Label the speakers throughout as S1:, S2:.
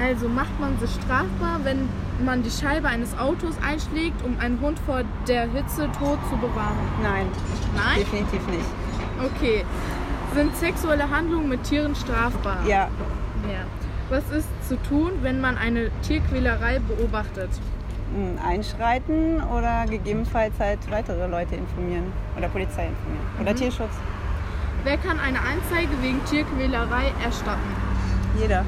S1: Also macht man sich strafbar, wenn man die Scheibe eines Autos einschlägt, um einen Hund vor der Hitze tot zu bewahren?
S2: Nein,
S1: Nein?
S2: definitiv nicht.
S1: Okay. Sind sexuelle Handlungen mit Tieren strafbar?
S2: Ja,
S1: ja. Was ist zu tun, wenn man eine Tierquälerei beobachtet?
S2: mh, hm, einschreiten oder gegebenenfalls halt weitere Leute informieren oder Polizei informieren oder Tierschutz.
S1: Wer kann eine Anzeige wegen Tierquälerei erstatten?
S2: Jeder.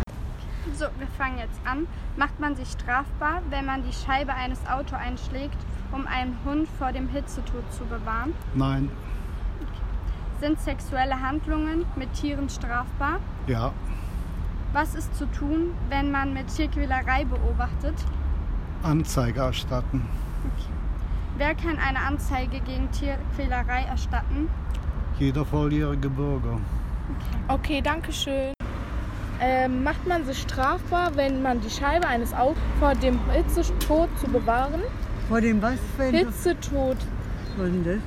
S3: So, wir fangen jetzt an. Macht man sich strafbar, wenn man die Scheibe eines Autos einschlägt, um einen Hund vor dem Hitzetod zu bewahren?
S4: Nein,
S3: Sind sexuelle Handlungen mit Tieren strafbar?
S4: ja,
S3: Was ist zu tun, wenn man mit Tierquälerei beobachtet?
S4: Anzeige erstatten.
S3: Wer kann eine Anzeige gegen Tierquälerei erstatten?
S4: Jeder volljährige Bürger.
S5: Okay, danke schön.
S1: Ähm, macht man sich strafbar, wenn man die Scheibe eines Autos vor dem Hitzetod zu bewahren?
S6: Vor dem was für
S1: Hitzetod.
S6: Gründe?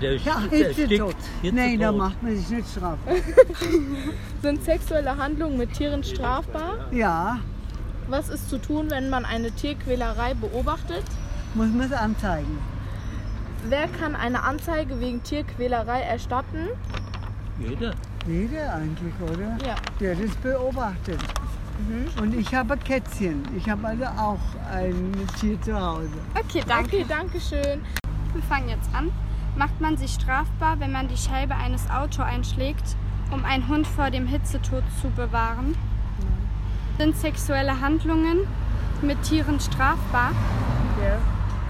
S7: Der
S6: Ja,
S7: ist- der
S6: Hitzetod.
S7: Hitzetod.
S6: Nein, da macht man sich nicht strafbar.
S1: Sind sexuelle Handlungen mit Tieren strafbar?
S6: Ja,
S1: Was ist zu tun, wenn man eine Tierquälerei beobachtet?
S6: muss man es anzeigen.
S1: Wer kann eine Anzeige wegen Tierquälerei erstatten?
S7: Jeder.
S6: Jeder eigentlich, oder?
S1: Ja.
S6: Der das beobachtet. Und ich habe Kätzchen. Ich habe also auch ein Tier zu Hause.
S3: Okay,
S1: Okay, danke schön.
S3: Wir fangen jetzt an. Macht man sich strafbar, wenn man die Scheibe eines Autos einschlägt, um einen Hund vor dem Hitzetod zu bewahren? Sind sexuelle Handlungen mit Tieren strafbar?
S1: Ja.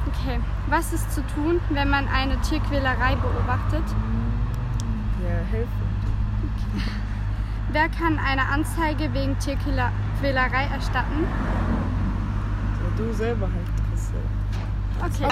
S3: Okay. Was ist zu tun, wenn man eine Tierquälerei beobachtet?
S1: Ja, hilf.
S3: Wer kann eine Anzeige wegen Tierquälerei erstatten?
S1: Du selber halt.
S3: Okay.